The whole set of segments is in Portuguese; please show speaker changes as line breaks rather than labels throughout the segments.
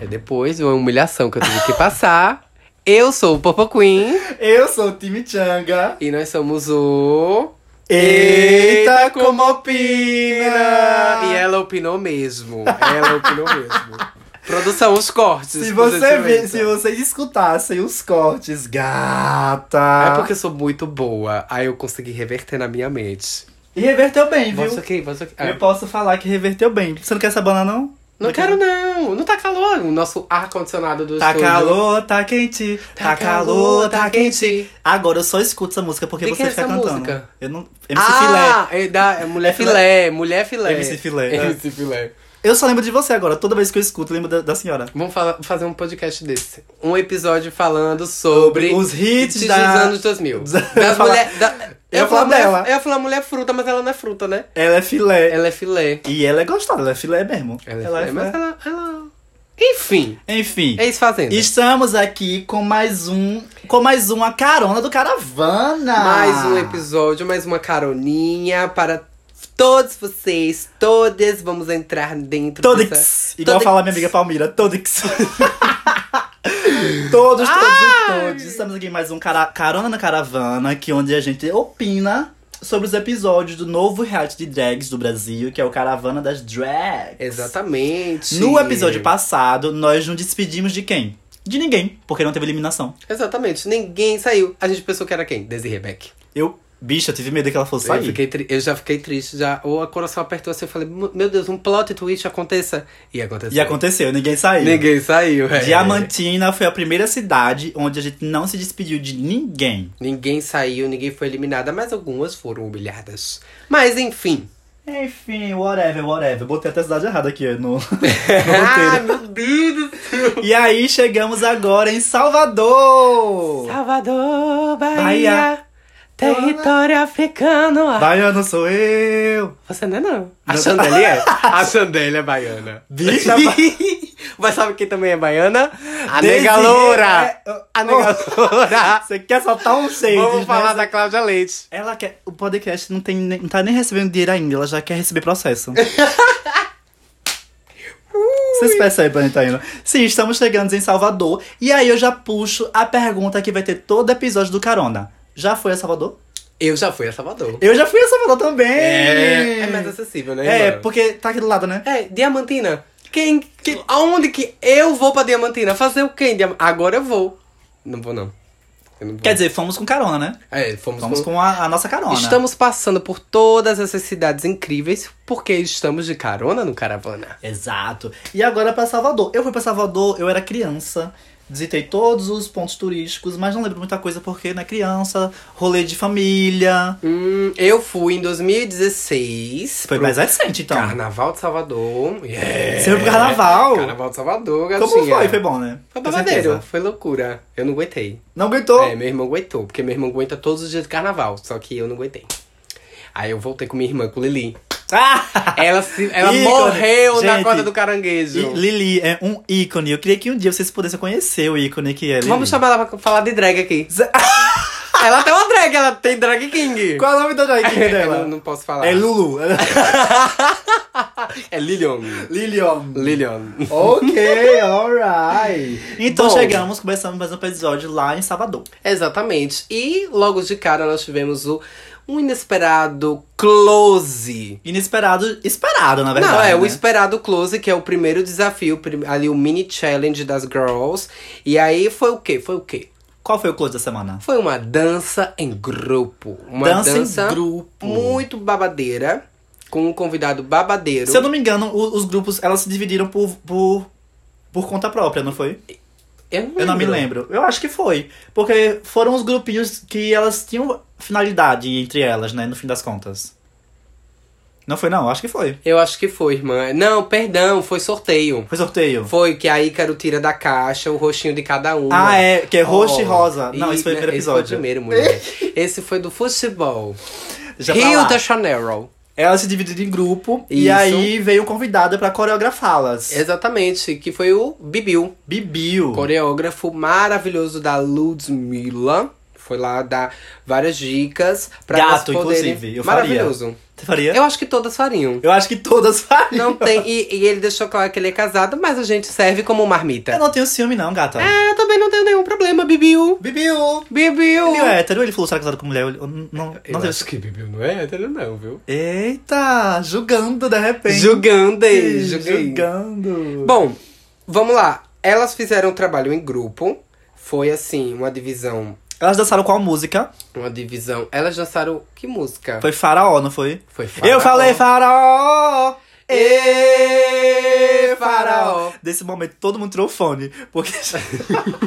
É depois de uma humilhação que eu tive que passar. Eu sou o Popo Queen
Eu sou o time Changa.
e nós somos o.
Eita, como opina!
E é ela opinou mesmo. Ela opinou mesmo. Produção, os cortes. os
Se você vê,
edimentos.
se vocês escutassem os cortes, gata.
É porque eu sou muito boa. Aí eu consegui reverter na minha mente.
E reverteu bem, viu?
Volta aqui, volta aqui. Ah,
Eu posso falar que reverteu bem. Você não quer essa banana, não?
não quero, não. Não tá calor. O nosso ar-condicionado do
Tá
estúdio.
calor, tá quente. Tá calor, tá quente. Agora eu só escuto essa música porque
De
você
quem é
fica
essa
cantando.
música?
Eu não. MC
Ah, é da é mulher
É filé.
filé, mulher filé.
MC filé, é.
MC filé.
Filé. Eu só lembro de você agora. Toda vez que eu escuto, eu lembro da, da senhora.
Vamos falar- fazer um podcast desse. Um episódio falando sobre
Os hits
hits
da-
dos anos 2000.
Eu ia
Das
falar-
mulher, da...
eu ia falar
mulher,
dela.
Eu ia falar mulher fruta, mas ela não é fruta, né?
Ela é filé.
Ela é filé.
E ela é gostada, ela é filé mesmo.
Ela é filé, mas ela, ela- Enfim,
Enfim.
é isso fazendo.
Estamos aqui com mais um. Com mais uma carona do caravana.
Mais um episódio, mais uma caroninha para todos vocês, todas. Vamos entrar dentro dessa-
Todix. Igual
Todix.
fala minha amiga Palmira, Todix. todos, todos e todos. Estamos aqui em mais um cara... Carona na Caravana, que onde a gente opina sobre os episódios do novo reality de drags do Brasil, que é o Caravana das Drags.
Exatamente.
No episódio passado, nós nos despedimos de quem? De ninguém, porque não teve eliminação.
Exatamente. Ninguém saiu. A gente pensou que era quem? Desi Rebeck.
Eu, bicha, eu tive medo que ela fosse
Eu,
sair.
fiquei tri- eu já fiquei triste, já. Ou o coração apertou assim, eu falei, "Mu- meu Deus, um plot twist aconteça. E aconteceu.
E aconteceu, ninguém saiu.
Ninguém saiu, é.
Diamantina foi a primeira cidade onde a gente não se despediu de ninguém.
Ninguém saiu, ninguém foi eliminada, mas algumas foram humilhadas. Mas enfim.
Enfim, whatever, whatever. Botei até a cidade errada aqui no, no
Ai,
roteiro.
meu Deus! do céu.
E aí, chegamos agora em Salvador!
Salvador, Bahia,
Bahia.
território africano. Ah,
Baiano sou eu!
Você não é, não. A Chandelle é. A Chandelle é baiana.
Bicha ba-
Mas sabe quem também é baiana? A
Desirê-
nega loura.
É, oh,
A nega loura.
Você quer soltar um shade,
Vamos
né?
falar da Cláudia Leite.
Ela quer. O podcast não, tem, nem- não tá nem recebendo dinheiro ainda, ela já quer receber processo. Vocês percebem, tá indo? Sim, estamos chegando em Salvador. E aí eu já puxo a pergunta que vai ter todo episódio do Carona. Já foi a Salvador?
Eu já fui a Salvador.
Eu já fui a Salvador também!
É, é mais acessível, né?
É,
irmã?
porque tá aqui do lado, né?
É, Diamantina. Quem, que, aonde que eu vou pra Diamantina? Fazer o quê em Diam- Agora eu vou. Não vou, não. Eu não vou.
Quer dizer, fomos com carona, né?
É, fomos,
Fomos
com...
com a, a nossa carona.
Estamos passando por todas essas cidades incríveis porque estamos de carona no caravana.
Exato. E agora pra Salvador. Eu fui pra Salvador, eu era criança, visitei todos os pontos turísticos, mas não lembro muita coisa porque na criança, rolê de família.
Hum, eu fui em 2016
Foi
pro
mais recente, então.
Carnaval de Salvador. Yeah.
Você foi pro carnaval?
É. Carnaval de Salvador, gatinha.
Como foi? Foi bom, né?
Foi
Com
babadeiro,
certeza. Oh.
foi loucura. Eu não aguentei.
Não aguentou?
É, meu irmão aguentou, porque meu irmão aguenta todos os dias de carnaval, só que eu não aguentei. Aí eu voltei com minha irmã, com Lili.
Ah!
Ela, se, ela
Ícone.
morreu na
Gente,
corda do
E
caranguejo.
Lili é um ícone. Eu queria que um dia vocês pudessem conhecer o ícone que é Lili.
Vamos chamar ela pra falar de drag aqui.
Zé-
ela tem uma drag, ela tem drag king.
Qual é o nome da drag
Eu
queen dela?
não, não posso falar.
É Lulu.
É Lilion.
Lilion.
Lilion.
Ok, alright. Então
Bom.
chegamos, começamos mais um episódio lá em Salvador.
Exatamente. E logo de cara nós tivemos o um inesperado close.
Inesperado, esperado, na verdade.
Não, é
né?
o esperado close, que é o primeiro desafio, prim- ali o mini challenge das girls. E aí foi o quê? Foi o quê?
Qual foi o close da semana?
Foi uma dança em grupo. Uma
Dança
dança,
em grupo.
muito babadeira, com um convidado babadeiro.
Se eu não me engano, o- os grupos, elas se dividiram por, por, por conta própria, não foi?
Eu não,
Eu não me lembro. Eu acho que foi. Porque foram os grupinhos que elas tinham finalidade entre elas, né? No fim das contas. Não foi, não? Acho que foi.
Eu acho que foi, irmã. Não, perdão, foi sorteio.
Foi sorteio.
Foi que a Ícaro tira da caixa o rostinho de cada um.
Ah, é. Que é roxo e
Oh.
rosa. Não,
E-
esse foi o primeiro
Esse foi o
episódio.
primeiro, mulher. esse foi do futebol.
Já pra
Rio
lá.
da Janeiro.
Elas se dividiram em grupo. E
Isso. É-
aí veio convidada pra coreografá-las.
Exatamente, que foi o Bibiu.
Bibiu.
coreógrafo maravilhoso da Ludmilla. Foi lá dar várias dicas pra
Gato,
elas poderem...
inclusive, eu faria.
Maravilhoso.
Você faria?
Eu acho que todas fariam.
Eu acho que todas fariam.
Não tem. E, e ele deixou claro que ele é casado, mas a gente serve como marmita.
Eu não tenho ciúme, não, gata.
É, eu também não tenho nenhum problema, Bibiu.
Bibiu!
Bibiu!
Bibiu é hétero, ele falou que era casado com mulher. Eu não, não, não teve
que Bibiu não é hétero, não, viu?
Eita, julgando de repente.
Julgando aí, julguei.
Julgando.
Bom, vamos lá. Elas fizeram um trabalho em grupo. Foi assim, uma divisão.
Elas dançaram qual música?
Uma divisão. Elas dançaram que música?
Foi Faraó, não foi?
Foi
Eu
Faraó.
falei Faraó!
Ê, Faraó.
Ê, faraó! Nesse momento, todo mundo tirou o fone. Porque.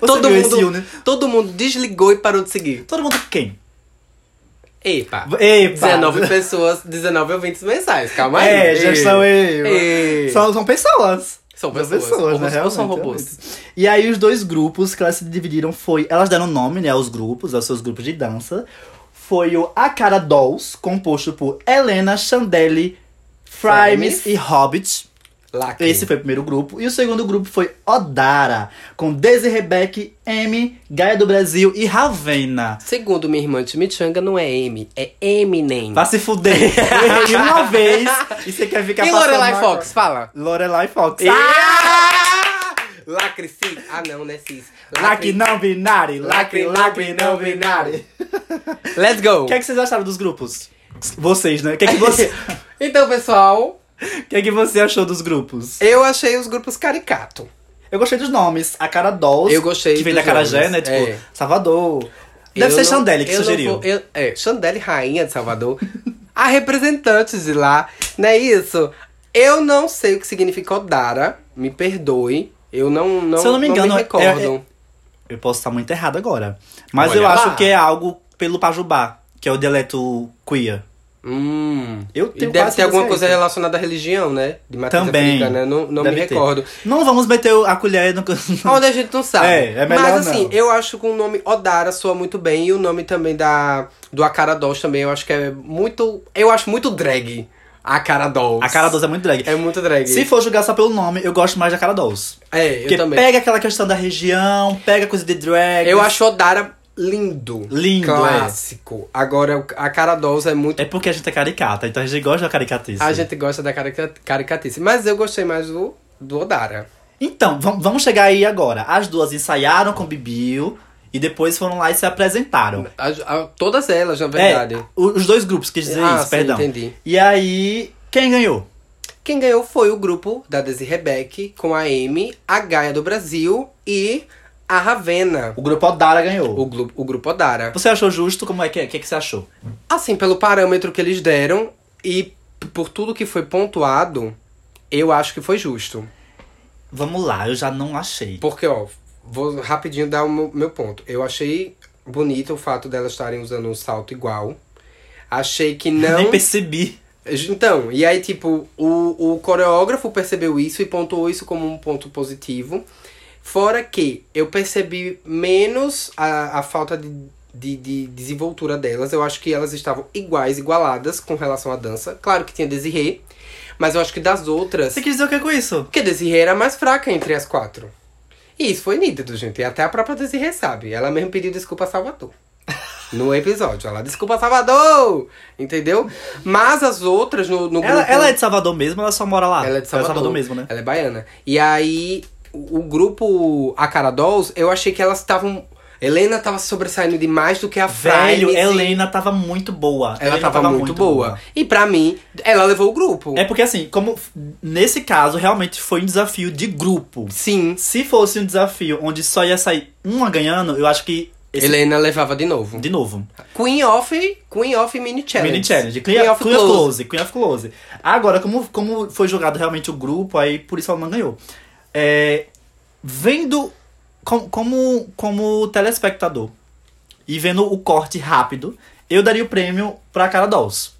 Todo
viu esse né?
mundo,
Uni?
todo mundo desligou e parou de seguir.
Todo mundo quem?
Epa.
Epa!
19 pessoas, 19 ouvintes mensais, calma aí.
É, já são eu.
Ei.
São, são pessoas.
São pessoas. Robôs
né?
não são
Realmente,
robôs.
realmente. E aí os dois grupos que elas se dividiram foi... Elas deram nome, né, aos grupos, aos seus grupos de dança. Foi o A Cara Dolls, composto por Helena, Chandelle, Frimes
Frimes.
e Hobbit.
Lacre.
Esse foi o primeiro grupo. E o segundo grupo foi Odara, com Daisy Rebeck, M, Gaia do Brasil e Ravenna.
Segundo minha irmã Chimichanga, não é M, é Eminem.
Vá se fuder. Eu errei uma vez e você quer ficar
e
passando
Lorelai
mal.
Fox, fala.
Lorelai Fox.
Ah! Lacre cis. Ah, não, né, cis.
Lacre não binário, lacre,
Lacre,
lacre não
não
binário.
Let's go.
O que é que vocês acharam dos grupos? Vocês, né? O que é que você,
Então, pessoal,
o que é que você achou dos grupos?
eu achei os grupos caricato.
Eu gostei dos nomes. A cara Dolls.
Eu gostei
Que vem da
dos
Carajé,
nomes,
né? Tipo,
é.
Salvador. Deve
Eu
ser
não-
Chandelle que
eu não
sugeriu.
vou- eu- é, Chandelle, rainha de Salvador. a representante de lá, não é isso? Eu não sei o que significa Odara. Me perdoe. Eu não, não,
Se eu não me engano, é-
recordo.
é- Eu posso estar muito errado agora. Mas
Olha ah.
eu
lá.
acho que é algo pelo Pajubá, que é o dialeto queer.
Hum.
Eu
E
tenho
deve
quase
ter alguma
certeza.
coisa relacionada à religião, né? De matriz
Também.
africana. eu Não, não me
Deve ter.
recordo.
Não vamos meter a colher no.
Onde a gente não sabe.
É, é melhor
Mas assim,
não.
eu acho que o nome Odara soa muito bem. E o nome também da do Akaradols também, eu acho que é muito... Eu acho muito drag. Akaradols.
a cara Dolls é muito drag.
É muito drag.
Se for julgar só pelo nome, eu gosto mais da cara Dolls.
É, eu
Porque
também.
pega aquela questão da região, pega coisa de drag.
Eu acho Odara lindo.
Lindo,
Clássico. Agora, o- a Akaradols é muito...
É porque a gente é caricata, então a gente gosta da caricatice.
A gente gosta da carica- caricatice. Mas eu gostei mais do, do Odara.
Então, vam- vamos chegar aí agora. As duas ensaiaram com o Bibiu e depois foram lá e se apresentaram.
A- a- todas elas, na
É,
verdade.
o- os dois grupos, quis dizer
Ah,
isso,
sim,
perdão.
entendi.
E aí, quem ganhou?
Quem ganhou foi o grupo da Desi Rebeck com a Amy, a Gaia do Brasil e a Ravena.
O grupo Odara ganhou.
O, glu- o grupo Odara.
Você achou justo? Como é que é? O que, é que você achou?
Assim, pelo parâmetro que eles deram e p- por tudo que foi pontuado, eu acho que foi justo.
Vamos lá, eu já não achei.
Porque, ó, vou rapidinho dar o meu, meu ponto. Eu achei bonito o fato delas estarem usando um salto igual. Achei que não.
Nem percebi.
Então, e aí, tipo, o, o coreógrafo percebeu isso e pontuou isso como um ponto positivo. Fora que eu percebi menos a, a falta de, de, de desenvoltura delas. Eu acho que elas estavam iguais, igualadas com relação à dança. Claro que tinha Desirê, mas eu acho que das outras.
Você quis dizer o que com isso?
Porque Desirê era a mais fraca entre as quatro. E isso foi nítido, gente. E até a própria Desirê sabe. Ela mesmo pediu desculpa a Salvador. No episódio. Ela, desculpa, Salvador! Entendeu? Mas as outras no, no
Ela,
grupo...
ela é de Salvador mesmo, ela só mora lá.
Ela é de Salvador.
mesmo, né?
Ela é baiana. E aí, o, o grupo Acaradols, eu achei que elas estavam... Helena tava sobressaindo demais do que a
Velho,
Frimes.
Helena tava muito boa.
Ela
Helena
tava, muito, boa. E pra mim, ela levou o grupo.
É porque assim, como f- nesse caso realmente foi um desafio de grupo.
Sim.
Se fosse um desafio onde só ia sair uma ganhando, eu acho que esse- é
Helena levava de novo.
de novo.
Queen of, Queen of Mini Challenge.
Mini challenge, Queen, of, Queen of Close, Queen of Close. Agora, como, como foi jogado realmente o grupo, aí por isso ela não ganhou. É, vendo com- como, como telespectador e vendo o corte rápido, eu daria o prêmio pra Cara Dolls.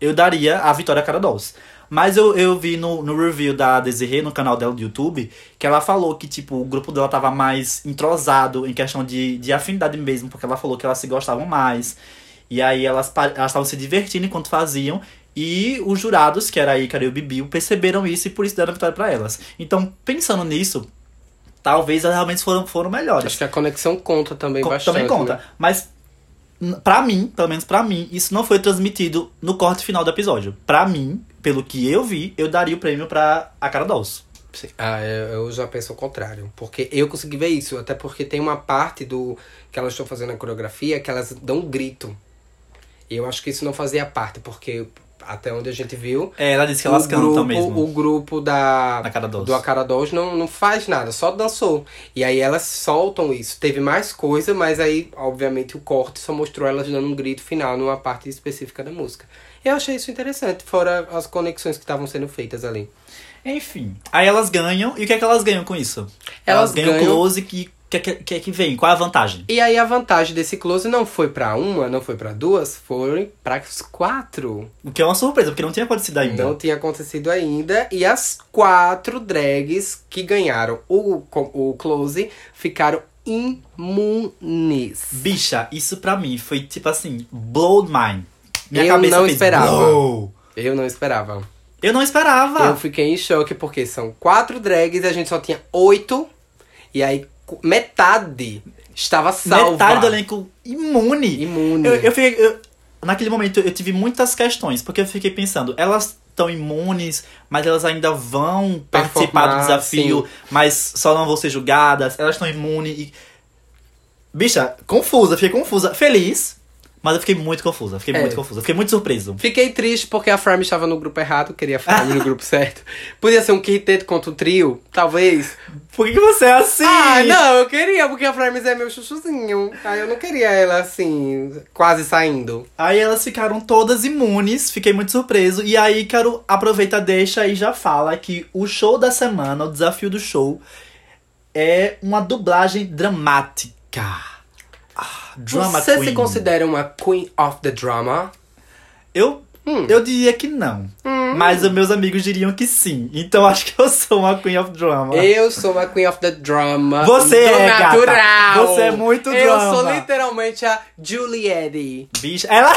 Eu daria a vitória a Cara Dolls. Mas eu, eu vi no, no review da Desirê, no canal dela do YouTube, que ela falou que, tipo, o grupo dela tava mais entrosado em questão de, de afinidade mesmo, porque ela falou que elas se gostavam mais. E aí elas pa- elas estavam se divertindo enquanto faziam. E os jurados, que era a Ícaro e o Bibiu, perceberam isso e por isso deram a vitória pra elas. Então, pensando nisso, talvez elas realmente foram, foram melhores.
Acho que a conexão conta também
Co-
bastante.
também conta.
né?
Mas n- pra mim, pelo menos pra mim, isso não foi transmitido no corte final do episódio. Pra mim, pelo que eu vi, eu daria o prêmio pra a cara Dolce.
Sim. Ah, eu eu já penso o contrário. Porque eu consegui ver isso. Até porque tem uma parte do que elas estão fazendo a coreografia que elas dão um grito. E eu acho que isso não fazia parte, porque até onde a gente viu.
É, ela disse que elas
o
cantam
grupo,
mesmo.
O grupo da,
Na cara Dolce.
do Acarados não, não faz nada, só dançou. E aí elas soltam isso. Teve mais coisa, mas aí, obviamente, o corte só mostrou elas dando um grito final numa parte específica da música. Eu achei isso interessante, fora as conexões que estavam sendo feitas ali.
Enfim. Aí elas ganham. E o que é que elas ganham com isso?
Elas ganham-
close que que, que, que que vem. Qual é a vantagem?
E aí a vantagem desse close não foi pra uma, não foi pra duas, foi para as quatro.
O que é uma surpresa, porque não tinha acontecido ainda.
Não tinha acontecido ainda. E as quatro drags que ganharam o, co- o close ficaram imunes.
Bicha, isso pra mim foi tipo assim, blowed mine. Minha
Eu
cabeça
não
fez
esperava.
blow.
Eu não esperava.
Eu não esperava.
Eu fiquei em choque porque são quatro drags, a gente só tinha oito. E aí cu- metade estava salva.
Metade do elenco imune.
Imune.
Eu, eu fiquei. eu- naquele momento eu tive muitas questões, porque eu fiquei pensando, elas estão imunes, mas elas ainda vão participar do
Performar,
desafio, mas só não vão ser julgadas, elas estão imunes e. Bicha, confusa, fiquei confusa. Feliz, mas eu fiquei muito confusa, fiquei
É.
muito confusa, fiquei muito surpreso.
Fiquei triste porque a Frame estava no grupo errado, queria a Frame no grupo certo. Podia ser um quinteto contra o trio, talvez.
Por que, que você é assim?
Ah, não, eu queria, porque a Frames é meu chuchuzinho. Aí eu não queria ela assim, quase saindo.
Aí elas ficaram todas imunes, fiquei muito surpreso. E aí, Ícaro aproveita, deixa e já fala que o show da semana, o desafio do show, é uma dublagem dramática. Ah, drama
Você
queen.
se considera uma Queen of the Drama?
Eu,
Hum.
eu diria que não. Mas os meus amigos diriam que sim. Então acho que eu sou uma queen of drama.
Eu sou uma Queen of the Drama.
Você
do
é, gata.
natural.
Você é muito
Eu sou
drama.
literalmente a Juliette.
Bicha, ela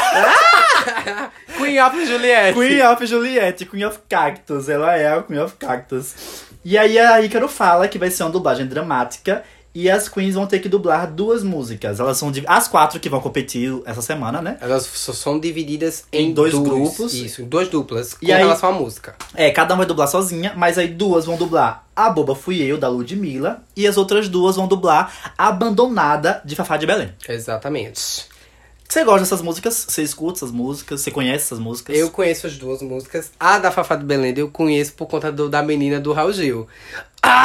Queen of
é
Juliette.
Queen of Juliette, Queen of Cactus. Ela é a Queen of Cactus. E aí a Ícaro fala que vai ser uma dublagem dramática. E as queens vão ter que dublar duas músicas. Elas são de- as quatro que vão competir essa semana, né?
Elas só são divididas
Em
em,
dois grupos.
Isso, em duas duplas.
E
com
aí-
relação à música.
É, cada uma vai dublar sozinha, mas aí duas vão dublar A Boba Fui Eu, da Ludmilla, e as outras duas vão dublar Abandonada, de Fafá de Belém.
Exatamente.
Você gosta dessas músicas? Você escuta essas músicas? Você conhece essas músicas?
Eu conheço as duas músicas. A da Fafá do Belém eu conheço por conta do- da menina do Raul Gil.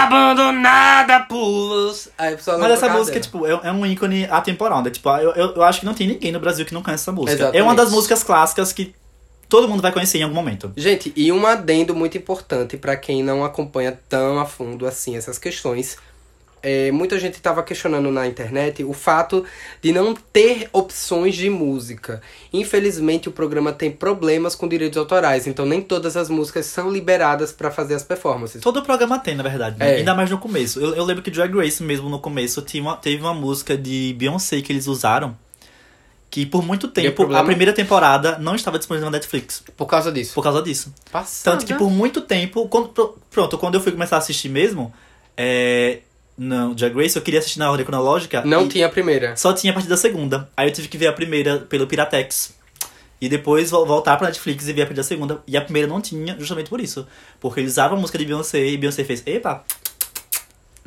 Abandonada pulos. Aí a pessoa
Mas
lembra
essa
por causa
música,
dela.
tipo, é, é um ícone atemporal, né? Tipo, eu, eu, eu acho que não tem ninguém no Brasil que não conhece essa música. É uma
Exatamente.
das músicas clássicas que todo mundo vai conhecer em algum momento.
Gente, e um adendo muito importante pra quem não acompanha tão a fundo assim essas questões. É, muita gente tava questionando na internet o fato de não ter opções de música. Infelizmente, o programa tem problemas com direitos autorais, então nem todas as músicas são liberadas pra fazer as performances.
Todo programa tem, na verdade, né?
É.
ainda mais no começo. Eu, eu lembro que Drag Race mesmo no começo tinha uma- teve uma música de Beyoncé que eles usaram. Que por muito tempo, a
problema?
primeira temporada não estava disponível na Netflix.
Por causa disso.
Por causa disso.
Passada.
Tanto que por muito tempo. Quando, pro- pronto, quando eu fui começar a assistir mesmo. É, não, Drag Race, eu queria assistir na ordem cronológica.
Não
e-
tinha a primeira.
Só tinha a partir da segunda. Aí eu tive que ver a primeira pelo Piratex. E depois vol- voltar pra Netflix e ver a partir da segunda. E a primeira não tinha, justamente por isso. Porque eles usavam a música de Beyoncé e Beyoncé fez, epa.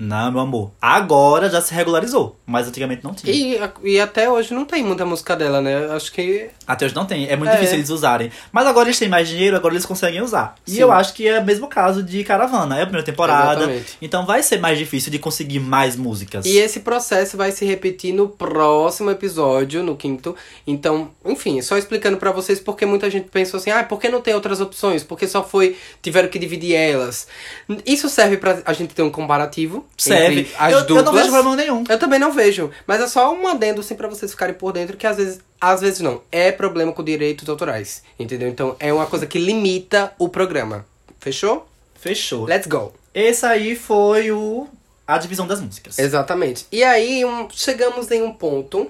Não, meu amor. Agora já se regularizou. Mas antigamente não tinha.
E, e até hoje não tem muita música dela, né? Acho que.
Até hoje não tem. É muito
É.
difícil eles usarem. Mas agora eles têm mais dinheiro, agora eles conseguem usar. E
Sim.
eu acho que é o mesmo caso de Caravana. É a primeira temporada.
Exatamente.
Então vai ser mais difícil de conseguir mais músicas.
E esse processo vai se repetir no próximo episódio, no quinto. Então, enfim, só explicando pra vocês porque muita gente pensou assim: ah, por que não tem outras opções? Porque só foi. tiveram que dividir elas. Isso serve pra a gente ter um comparativo.
Serve.
entre As
eu, eu
duplas.
não vejo problema nenhum.
Eu também não vejo, mas é só um adendo assim pra vocês ficarem por dentro que às vezes, às vezes não, é problema com direitos autorais, entendeu? Então é uma coisa que limita o programa. Fechou?
Fechou.
Let's go.
Esse aí foi o a divisão das músicas.
Exatamente. E aí um- chegamos em um ponto,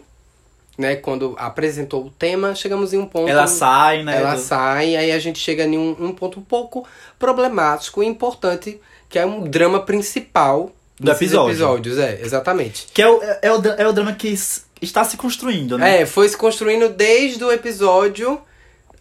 né? Quando apresentou o tema, chegamos em um ponto.
Ela sai, né?
Ela
do-
sai, aí a gente chega em um, um ponto um pouco problemático e importante, que é um drama principal
do
Nesses
episódio.
episódios, é, exatamente.
Que é o, é, é o, dra- é o drama que s- está se construindo, né?
É, foi se construindo desde o episódio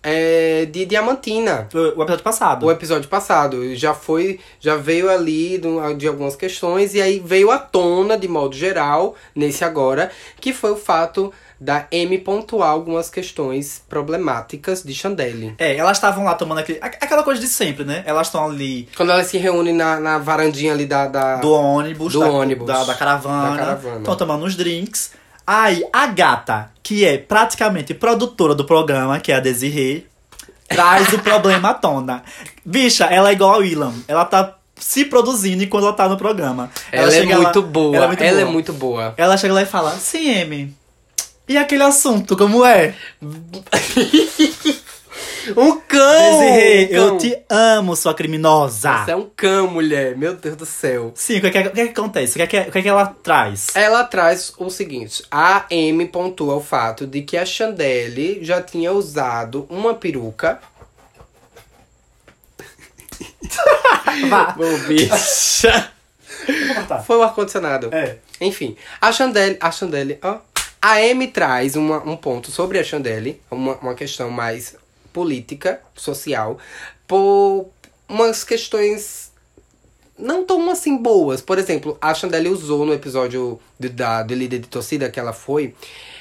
é, de Diamantina.
O, o episódio passado.
O episódio passado já foi, já veio ali do- de algumas questões e aí veio à tona de modo geral nesse agora, que foi o fato da M pontuar algumas questões problemáticas de Chandelle.
É, elas estavam lá tomando aquele, a- aquela coisa de sempre, né? Elas estão ali
Quando ela se reúne na, na varandinha ali da, da-
do ônibus,
do
da,
ônibus.
da, da
Da
caravana,
caravana.
estão tomando uns drinks. Aí a gata, que é praticamente produtora do programa, que é a Desiree, traz o problema à tona. Bicha, ela é igual ao Ilan. Ela tá se produzindo enquanto ela tá no programa.
Ela, é
chega lá-
muito boa.
Ela é muito boa.
boa.
Ela chega lá e fala, sim, M. E aquele assunto, como é?
Um cão!
Desiree,
um cão.
eu te amo, sua criminosa.
Você é um cão, mulher. Meu Deus do céu.
Sim, o que, é que- o que é que acontece? O que é que, o que é que ela traz?
Ela traz o seguinte: a Amy pontua o fato de que a Chandelle já tinha usado uma peruca.
Vá.
Foi o ar-condicionado.
É.
Enfim, a Chandelle. A Chandelle. Ó. A Amy traz uma- um ponto sobre a Chandelle, uma, uma questão mais política, social, por umas questões não tão assim boas. Por exemplo, a Chandelle usou no episódio do, da, do líder de torcida que ela foi,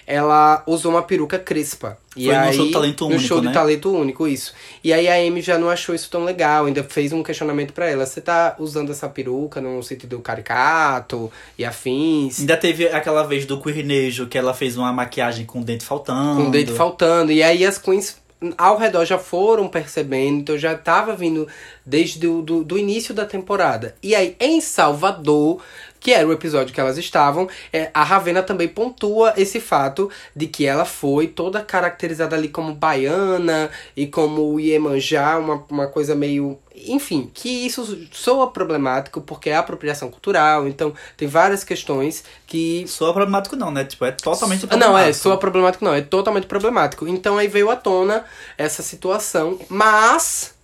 ela usou uma peruca crespa. E
Foi no
aí,
show do Talento
no
Único,
show do
né?
talento único, isso. E aí a Amy já não achou isso tão legal, ainda fez um questionamento pra ela. Você tá usando essa peruca no sentido caricato e afins,
Ainda teve aquela vez do Quirnejo que ela fez uma maquiagem com o dente faltando.
com o dedo faltando. E aí as queens ao redor já foram percebendo, então já tava vindo desde o do, do início da temporada. E aí em Salvador, que era o episódio que elas estavam, é, a Ravena também pontua esse fato de que ela foi toda caracterizada ali como baiana e como Iemanjá, uma, uma coisa meio. Enfim, que isso soa problemático porque é apropriação cultural, então tem várias questões que
Soa problemático não, né? Tipo, é totalmente
ah, Não, é,
problemático.
soa problemático não, é totalmente problemático. Então aí veio à tona essa situação, mas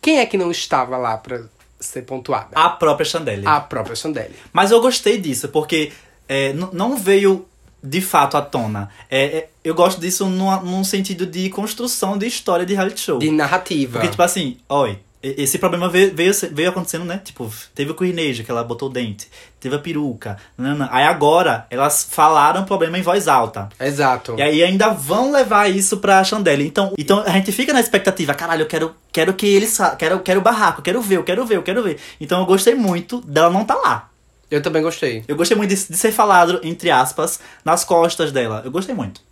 quem é que não estava lá pra ser pontuada?
A própria Chandelle.
A própria Chandelle.
Mas eu gostei disso, porque é, n- não veio de fato à tona. É, é, eu gosto disso numa- num sentido de construção de história de reality show.
De narrativa.
Porque, tipo assim, olha, e- esse problema veio, veio, veio acontecendo, né? Tipo, teve o Quirnejo, que ela botou o dente, teve a peruca, nanana. aí agora elas falaram o problema em voz alta.
Exato.
E aí ainda vão levar isso pra Chandelle. Então, então a gente fica na expectativa, caralho, eu quero, quero que eles fa- quero quero o barraco, eu quero ver, eu quero ver, eu quero ver. Então eu gostei muito dela não tá lá.
Eu também gostei.
Eu gostei muito de, de ser falado, entre aspas, nas costas dela. Eu gostei muito.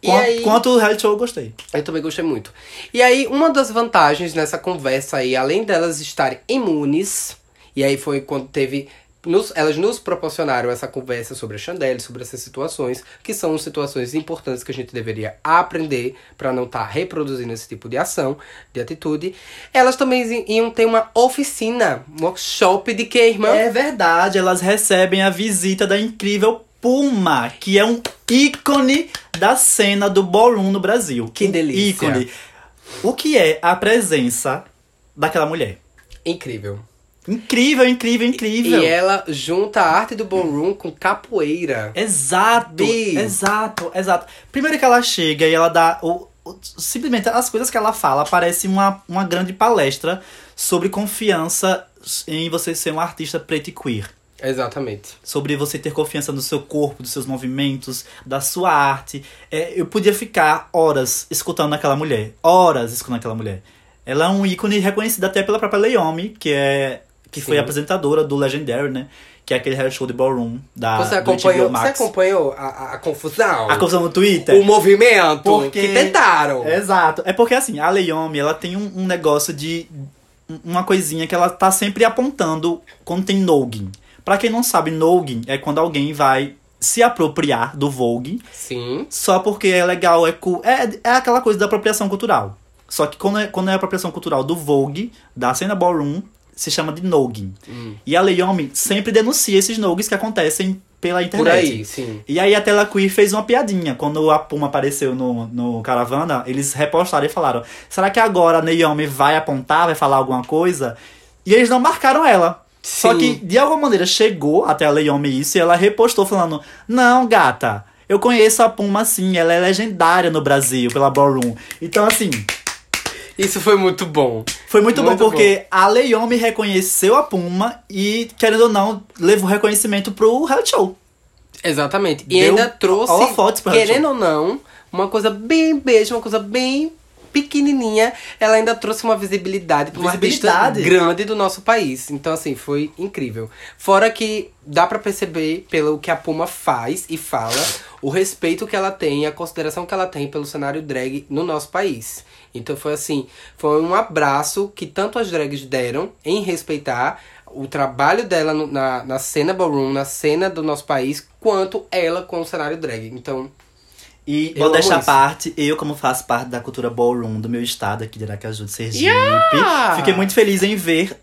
E
Qua-
aí-
Quanto o reality show eu gostei.
Eu também gostei muito. E aí, uma das vantagens nessa conversa aí, além delas estarem imunes, e aí foi quando teve. nos- elas nos proporcionaram essa conversa sobre a Chandelle, sobre essas situações, que são situações importantes que a gente deveria aprender pra não estar reproduzindo esse tipo de ação, de atitude. Elas também i- iam ter uma oficina, um workshop de que, irmã?
É verdade, elas recebem a visita da incrível Puma, que é um ícone da cena do ballroom no Brasil.
Que
Um
delícia.
Ícone. O que é a presença daquela mulher?
Incrível.
Incrível, incrível, incrível.
E é ela junta a arte do ballroom com capoeira.
Exato,
Bi.
exato, exato. Primeiro que ela chega e ela dá. O, o- simplesmente as coisas que ela fala parece uma, uma grande palestra sobre confiança em você ser um artista preto e queer.
Exatamente.
Sobre você ter confiança no seu corpo, dos seus movimentos, da sua arte. É, eu podia ficar horas escutando aquela mulher. Horas escutando aquela mulher. Ela é um ícone reconhecido até pela própria Leomi, que é. que foi
Sim.
apresentadora do Legendary, né? Que é aquele reality show de ballroom da
Você
do HBO
acompanhou, você
Max.
acompanhou a, a- a confusão?
A confusão no Twitter?
o movimento
Porque-
que tentaram.
Exato. É porque assim, a Leiomi, ela tem um, um negócio de. um- Uma coisinha que ela tá sempre apontando quando tem Nogin. Pra quem não sabe, Nogin é quando alguém vai se apropriar do Vogue
Sim.
só porque é legal, é cool. É, é aquela coisa da apropriação cultural. Só que quando é, quando é a apropriação cultural do Vogue, da cena ballroom, se chama de Nogin.
Hum.
E a Leiomi sempre denuncia esses Nogins que acontecem pela internet.
Por aí, sim.
E aí a Tela Queer fez uma piadinha. Quando a Puma apareceu no, no Caravana, eles repostaram e falaram: será que agora a Naomi vai apontar, vai falar alguma coisa? E eles não marcaram ela. Só que, de alguma maneira, chegou até a Leiomi isso e ela repostou falando: Não, gata, eu conheço a Puma assim, ela é legendária no Brasil, pela Ballroom. Então, assim,
Isso foi muito bom.
foi muito,
Muito
bom porque a Leiomi reconheceu a Puma e, querendo ou não, levou reconhecimento pro reality show.
Exatamente. E
Deu
ainda trouxe,
holofotes pra
querendo
Rachel.
ou não, uma coisa bem beijo, uma coisa bem pequenininha. Ela ainda trouxe uma visibilidade para uma artista
Visibilidade.
grande do nosso país. Então, assim, foi incrível. Fora que dá pra perceber, pelo que a Puma faz e fala, o respeito que ela tem, a consideração que ela tem pelo cenário drag no nosso país. Então foi assim, foi um abraço que tanto as drags deram em respeitar o trabalho dela no- na, na cena ballroom, na cena do nosso país, quanto ela com o cenário drag. Então,
E,
Eu
modéstia
amo
à
isso.
parte, eu, como faço parte da cultura ballroom do meu estado aqui de Aracaju, de Sergipe,
Yeah!
fiquei muito feliz em ver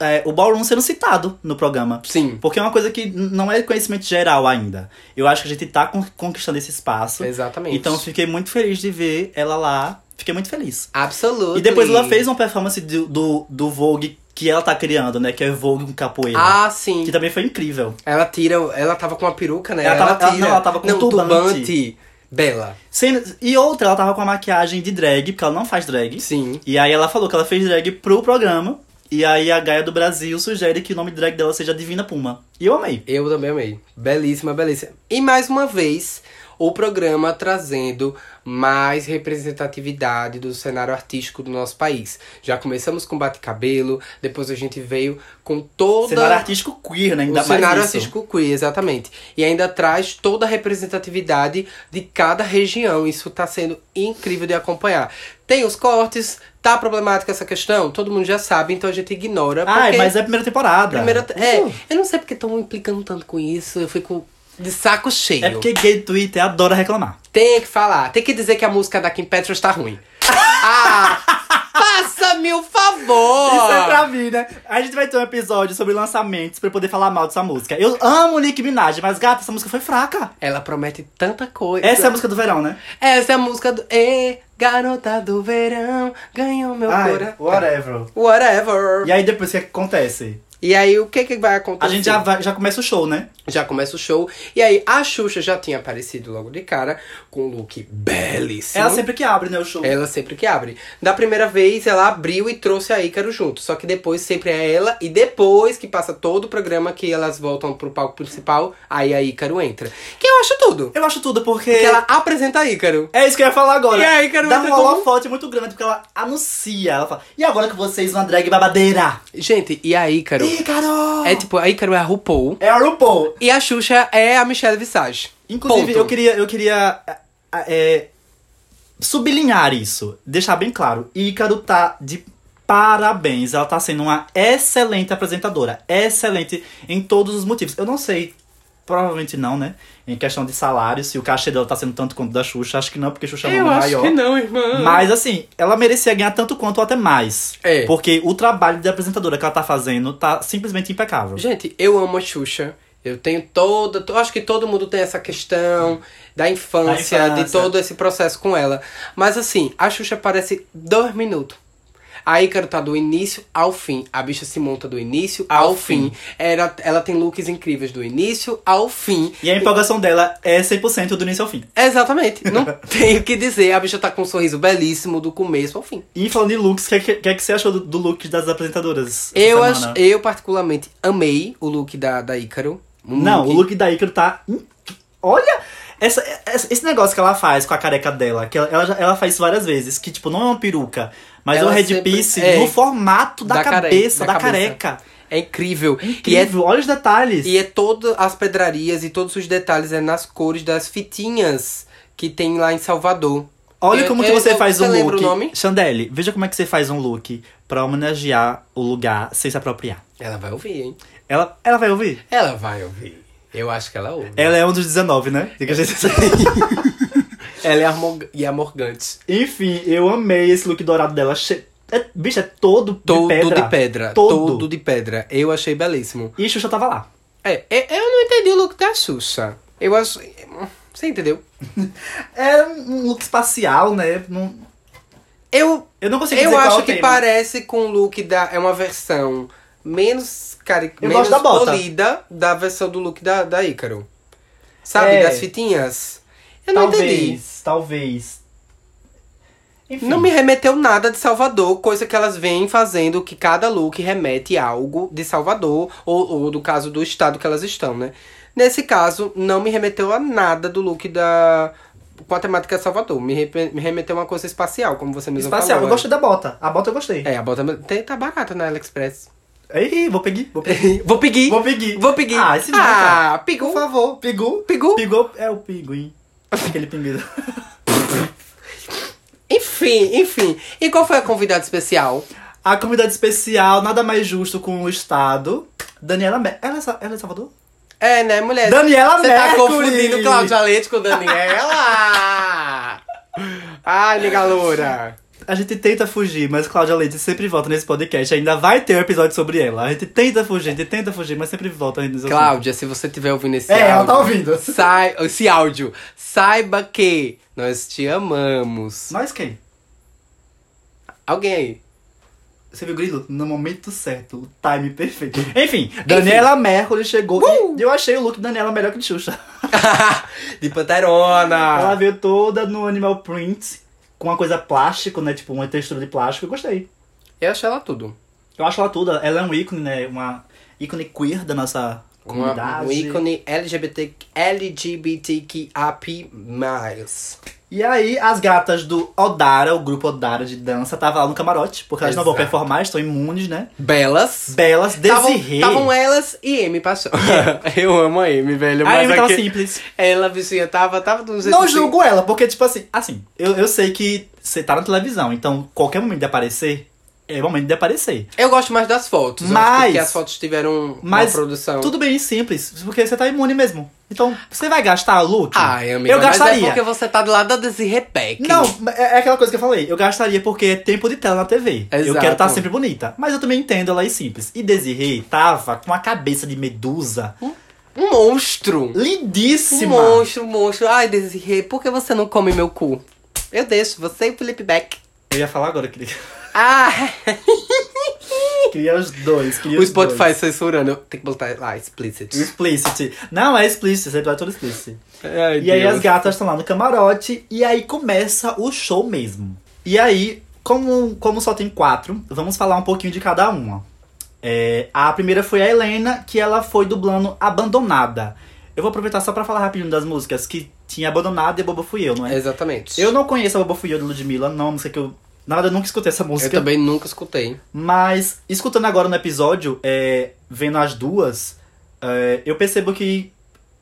é, o ballroom sendo citado no programa.
sim,
Porque é uma coisa que n- não é conhecimento geral ainda. Eu acho que a gente tá con- conquistando esse espaço.
exatamente.
Então fiquei muito feliz de ver ela lá. Fiquei muito feliz.
absolutamente.
E depois ela fez uma performance do, do, do Vogue que ela tá criando, né? Que é Vogue com capoeira.
Ah, sim.
né? Que também foi incrível.
Ela tira, ela tava com uma peruca, né?
Ela tava- ela-
tira.
não, ela tava com um
não,
turbante.
Bela.
Sem- E outra, ela tava com a maquiagem de drag, porque ela não faz drag.
Sim.
E aí ela falou que ela fez drag pro programa. E aí a Gaia do Brasil sugere que o nome de drag dela seja Divina Puma. E eu amei.
Eu também amei. Belíssima, belíssima. E mais uma vez, o programa trazendo mais representatividade do cenário artístico do nosso país. Já começamos com bate-cabelo, depois a gente veio com toda
Cenário artístico queer, né? Ainda
o
mais
cenário
isso.
artístico queer, exatamente. E ainda traz toda a representatividade de cada região. Isso tá sendo incrível de acompanhar. Tem os cortes, tá problemática essa questão? Todo mundo já sabe, então a gente ignora.
Ai,
porque
mas é a primeira temporada.
primeira te- é,
Uh.
eu não sei porque estão implicando tanto com isso, eu fico de saco cheio.
É porque gay do Twitter adora reclamar.
Tem que falar, tem que dizer que a música da Kim Petras tá ruim. ah, faça-me o favor!
Isso é pra mim, né? A gente vai ter um episódio sobre lançamentos pra eu poder falar mal dessa música. Eu amo Nick Minaj, mas gata, essa música foi fraca.
Ela promete tanta coisa.
Essa é a música do verão, né?
Essa é a música do. Ê, garota do verão, ganhou meu
Ai,
coração.
whatever.
Whatever.
E aí depois o que acontece?
E aí, o que que vai
A
acontecer?
gente já, vai- já começa o show, né?
Já começa o show. E aí, a Xuxa já tinha aparecido logo de cara, com um look belíssimo.
Ela sempre que abre, né, o show.
Ela sempre que abre. Da primeira vez, ela abriu e trouxe a Ícaro junto. Só que depois sempre é ela. E depois que passa todo o programa, que elas voltam pro palco principal, aí a Ícaro entra. Que eu acho tudo.
Eu acho tudo porque...
Porque ela apresenta a Ícaro.
É isso que eu ia falar agora.
E aí, quero
Dá
ver
um
como-
holofote muito grande, porque ela anuncia. Ela fala, e agora que vocês uma drag babadeira?
Gente, e a Ícaro?
Ih, Carol!
É tipo, a Ícaro é a RuPaul.
É a RuPaul.
E a Xuxa é a Michelle Visage.
Inclusive,
Ponto.
eu queria, eu queria a- a- é, sublinhar isso, deixar bem claro. Ícaro tá de parabéns. Ela tá sendo uma excelente apresentadora. Excelente em todos os motivos. Eu não sei, provavelmente não, né? Em questão de salário, se o cachê dela tá sendo tanto quanto da Xuxa. Acho que não, porque Xuxa é um
Eu
nome
acho
maior.
que não, irmã.
Mas assim, ela merecia ganhar tanto quanto ou até mais.
É.
Porque o trabalho de apresentadora que ela tá fazendo tá simplesmente impecável.
Gente, eu amo a Xuxa. Eu tenho toda. to- Acho que todo mundo tem essa questão da infância,
Da infância.
de todo esse processo com ela. Mas assim, a Xuxa parece dois minutos. A Ícaro tá do início ao fim. A bicha se monta do início ao, fim. Ela, ela tem looks incríveis do início ao fim.
E a empolgação dela é 100% do início ao fim.
Exatamente. Não tenho o que dizer. A bicha tá com um sorriso belíssimo do começo ao fim.
E falando em looks, o que, que, que você achou do, do look das apresentadoras? essa
Eu,
semana?
ach- eu particularmente amei o look da, da Ícaro. Um
Não, o look da Ícaro tá. in- Olha! Essa, essa- esse negócio que ela faz com a careca dela, que ela, ela, já- ela faz várias vezes, que tipo, não é uma peruca, mas é um
Ela
headpiece
sempre-
piece
é.
no formato da,
Da care-
cabeça,
da
da,
cabeça.
careca.
É incrível. E é
Incrível, olha os detalhes.
E é todas as pedrarias e todos os detalhes é nas cores das fitinhas que tem lá em Salvador.
Olha
Eu-
como que
eu-
você
eu-
faz
você
um
lembra
look.
o nome?
Chandelle, veja como é que você faz um look pra homenagear o lugar sem se apropriar.
Ela vai ouvir, hein?
Ela, ela vai ouvir?
Ela vai ouvir. Eu acho que ela ouve.
Ela é um dos 19, né? Diga a gente
Ela é amorg- e amorgante.
Enfim, eu amei esse look dourado dela. Che... É, bicho, é todo,
Todo
de pedra. Todo.
de pedra. Eu achei belíssimo.
E Xuxa tava lá.
É, é- eu não entendi o look da Xuxa. Eu acho. Você entendeu?
É um look espacial, né? Não-
Eu
Eu não consigo dizer
Eu
qual é
acho
o
que
tema.
parece com o look da. É uma versão menos, cari
Eu
menos
gosto da bota.
polida da versão do look da, da Ícaro. Sabe,
É.
das fitinhas? Eu não entendi.
Talvez, talvez. Enfim.
Não me remeteu nada de Salvador, coisa que elas vêm fazendo, que cada look remete a algo de Salvador, ou, ou do caso do estado que elas estão, né? Nesse caso, não me remeteu a nada do look da. com a temática Salvador. Me, re- me remeteu a uma coisa espacial, como você mesmo
Espacial, eu
falou. né?
gostei da bota. A bota eu gostei.
É, a bota tem- tá barata na AliExpress.
Ei, vou pegar, vou pegar.
Vou pedir.
Vou pegar.
Vou pedir.
Ah, esse
Ah,
ah,
pigu.
Por favor, pigu.
Pigu.
Pigou é o pinguim. Aquele pinguim.
Enfim, enfim. E qual foi a convidada especial?
A convidada especial, nada mais justo com o Estado. Daniela Mer. Ela, é Sa- ela é Salvador?
É, né, mulher?
Daniela
Você
Mercury.
tá confundindo Cláudia Leite com Daniela! Ai, nega loura.
A gente tenta fugir, mas Cláudia Leite sempre volta nesse podcast. Ainda vai ter um episódio sobre ela. A gente tenta fugir, a gente tenta fugir, mas sempre volta ainda nos assuntos.
Cláudia, se você estiver ouvindo esse
É,
áudio...
ela tá ouvindo.
sai- esse áudio, saiba que nós te amamos.
Mas quem?
Alguém aí?
Você viu o grilo? No momento certo, o time perfeito. Enfim, Daniela Mercury chegou
Uh!
e eu achei o look da Daniela melhor que o de Xuxa.
De Panterona.
Ela veio toda no Animal Print, com uma coisa plástico, né? Tipo, uma textura de plástico. Eu gostei.
Eu achei ela tudo.
Eu acho ela tudo. Ela é um ícone, né? Uma ícone queer da nossa
Uma,
comunidade.
um ícone LGBT, LGBTQAP+.
E aí, as gatas do Odara, o grupo Odara de dança, tava lá no camarote, porque elas não vão
Exato.
performar, estão imunes, né?
Belas.
Belas, Desirê.
Estavam elas e M passou. Eu amo a M, velho.
a
Mas é
Amy tava
aqui-
simples.
Ela vizinha tava, tava do jeito
Não
assim.
julgo ela, porque, tipo assim, assim, eu, eu sei que você tá na televisão, então qualquer momento de aparecer é momento de aparecer.
Eu gosto mais das fotos. eu acho
Mas-
Porque as fotos tiveram
Mas
uma produção.
Tudo bem simples, porque você tá imune mesmo. Então, você vai gastar look?
Ai, amiga,
eu
mas é
gastaria.
porque você tá do lado da Desirê Peck.
Não, é é aquela coisa que eu falei. Eu gastaria porque é tempo de tela na TV. Eu
Exato.
quero estar sempre bonita. Mas eu também entendo ela é simples. E Desiree tava com a cabeça de medusa
Um monstro. Um
lindíssima.
monstro, um monstro. Ai, Desirê, por que você não come meu cu? Eu deixo, você e o Felipe Beck.
Eu ia falar agora, queria.
Ah,
Queria os dois. Queria
o
os dois.
Spotify censurando. Tem que botar lá, explicit.
O Explicit. Não, é explicit, esse episódio é todo explicit.
Ai,
E aí
Deus.
as gatas estão lá no camarote e aí começa o show mesmo. E aí, como, como só tem quatro, vamos falar um pouquinho de cada uma. É, a primeira foi a Helena, que ela foi dublando Abandonada. Eu vou aproveitar só pra falar rapidinho das músicas que tinha Abandonada e Boba Fui Eu, não é?
Exatamente.
Eu não conheço a Boba Fui Eu de Ludmilla, não, é uma música que eu. Na verdade, eu nunca escutei essa
Eu
música.
também nunca escutei.
Mas, escutando agora no episódio, é, vendo as duas, é, eu percebo que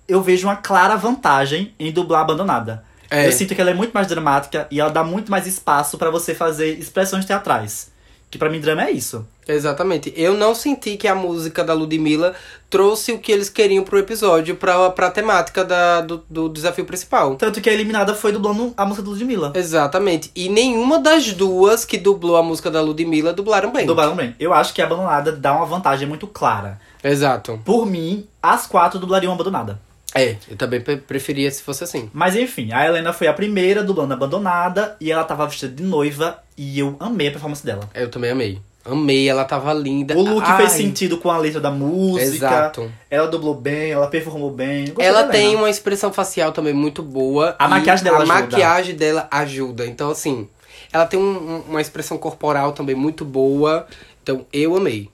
eu vejo uma clara vantagem em dublar Abandonada.
É.
Eu sinto que ela é muito mais dramática e ela dá muito mais espaço pra você fazer expressões teatrais. Que pra mim, drama é isso.
Exatamente. Eu não senti que a música da Ludmilla trouxe o que eles queriam pro episódio, pra, pra temática da, do, do desafio principal.
Tanto que a eliminada foi dublando a música do Ludmilla.
Exatamente. E nenhuma das duas que dublou a música da Ludmilla dublaram bem.
Dublaram bem. Eu acho que a Abandonada dá uma vantagem muito clara.
Exato.
Por mim, as quatro dublariam Abandonada.
É, eu também pre- preferia se fosse assim.
Mas enfim, a Helena foi a primeira dublando Abandonada e ela tava vestida de noiva e eu amei a performance dela.
Eu também amei. Amei, ela tava linda.
O look
Ai,
fez sentido com a letra da música.
Exato.
Ela dublou bem, ela performou bem. Gostei né?
Ela
da
tem um
Helena.
uma expressão facial também muito boa.
A
e
maquiagem dela
A
ajuda.
maquiagem dela ajuda. Então, assim, ela tem um- um- uma expressão corporal também muito boa. Então, eu amei.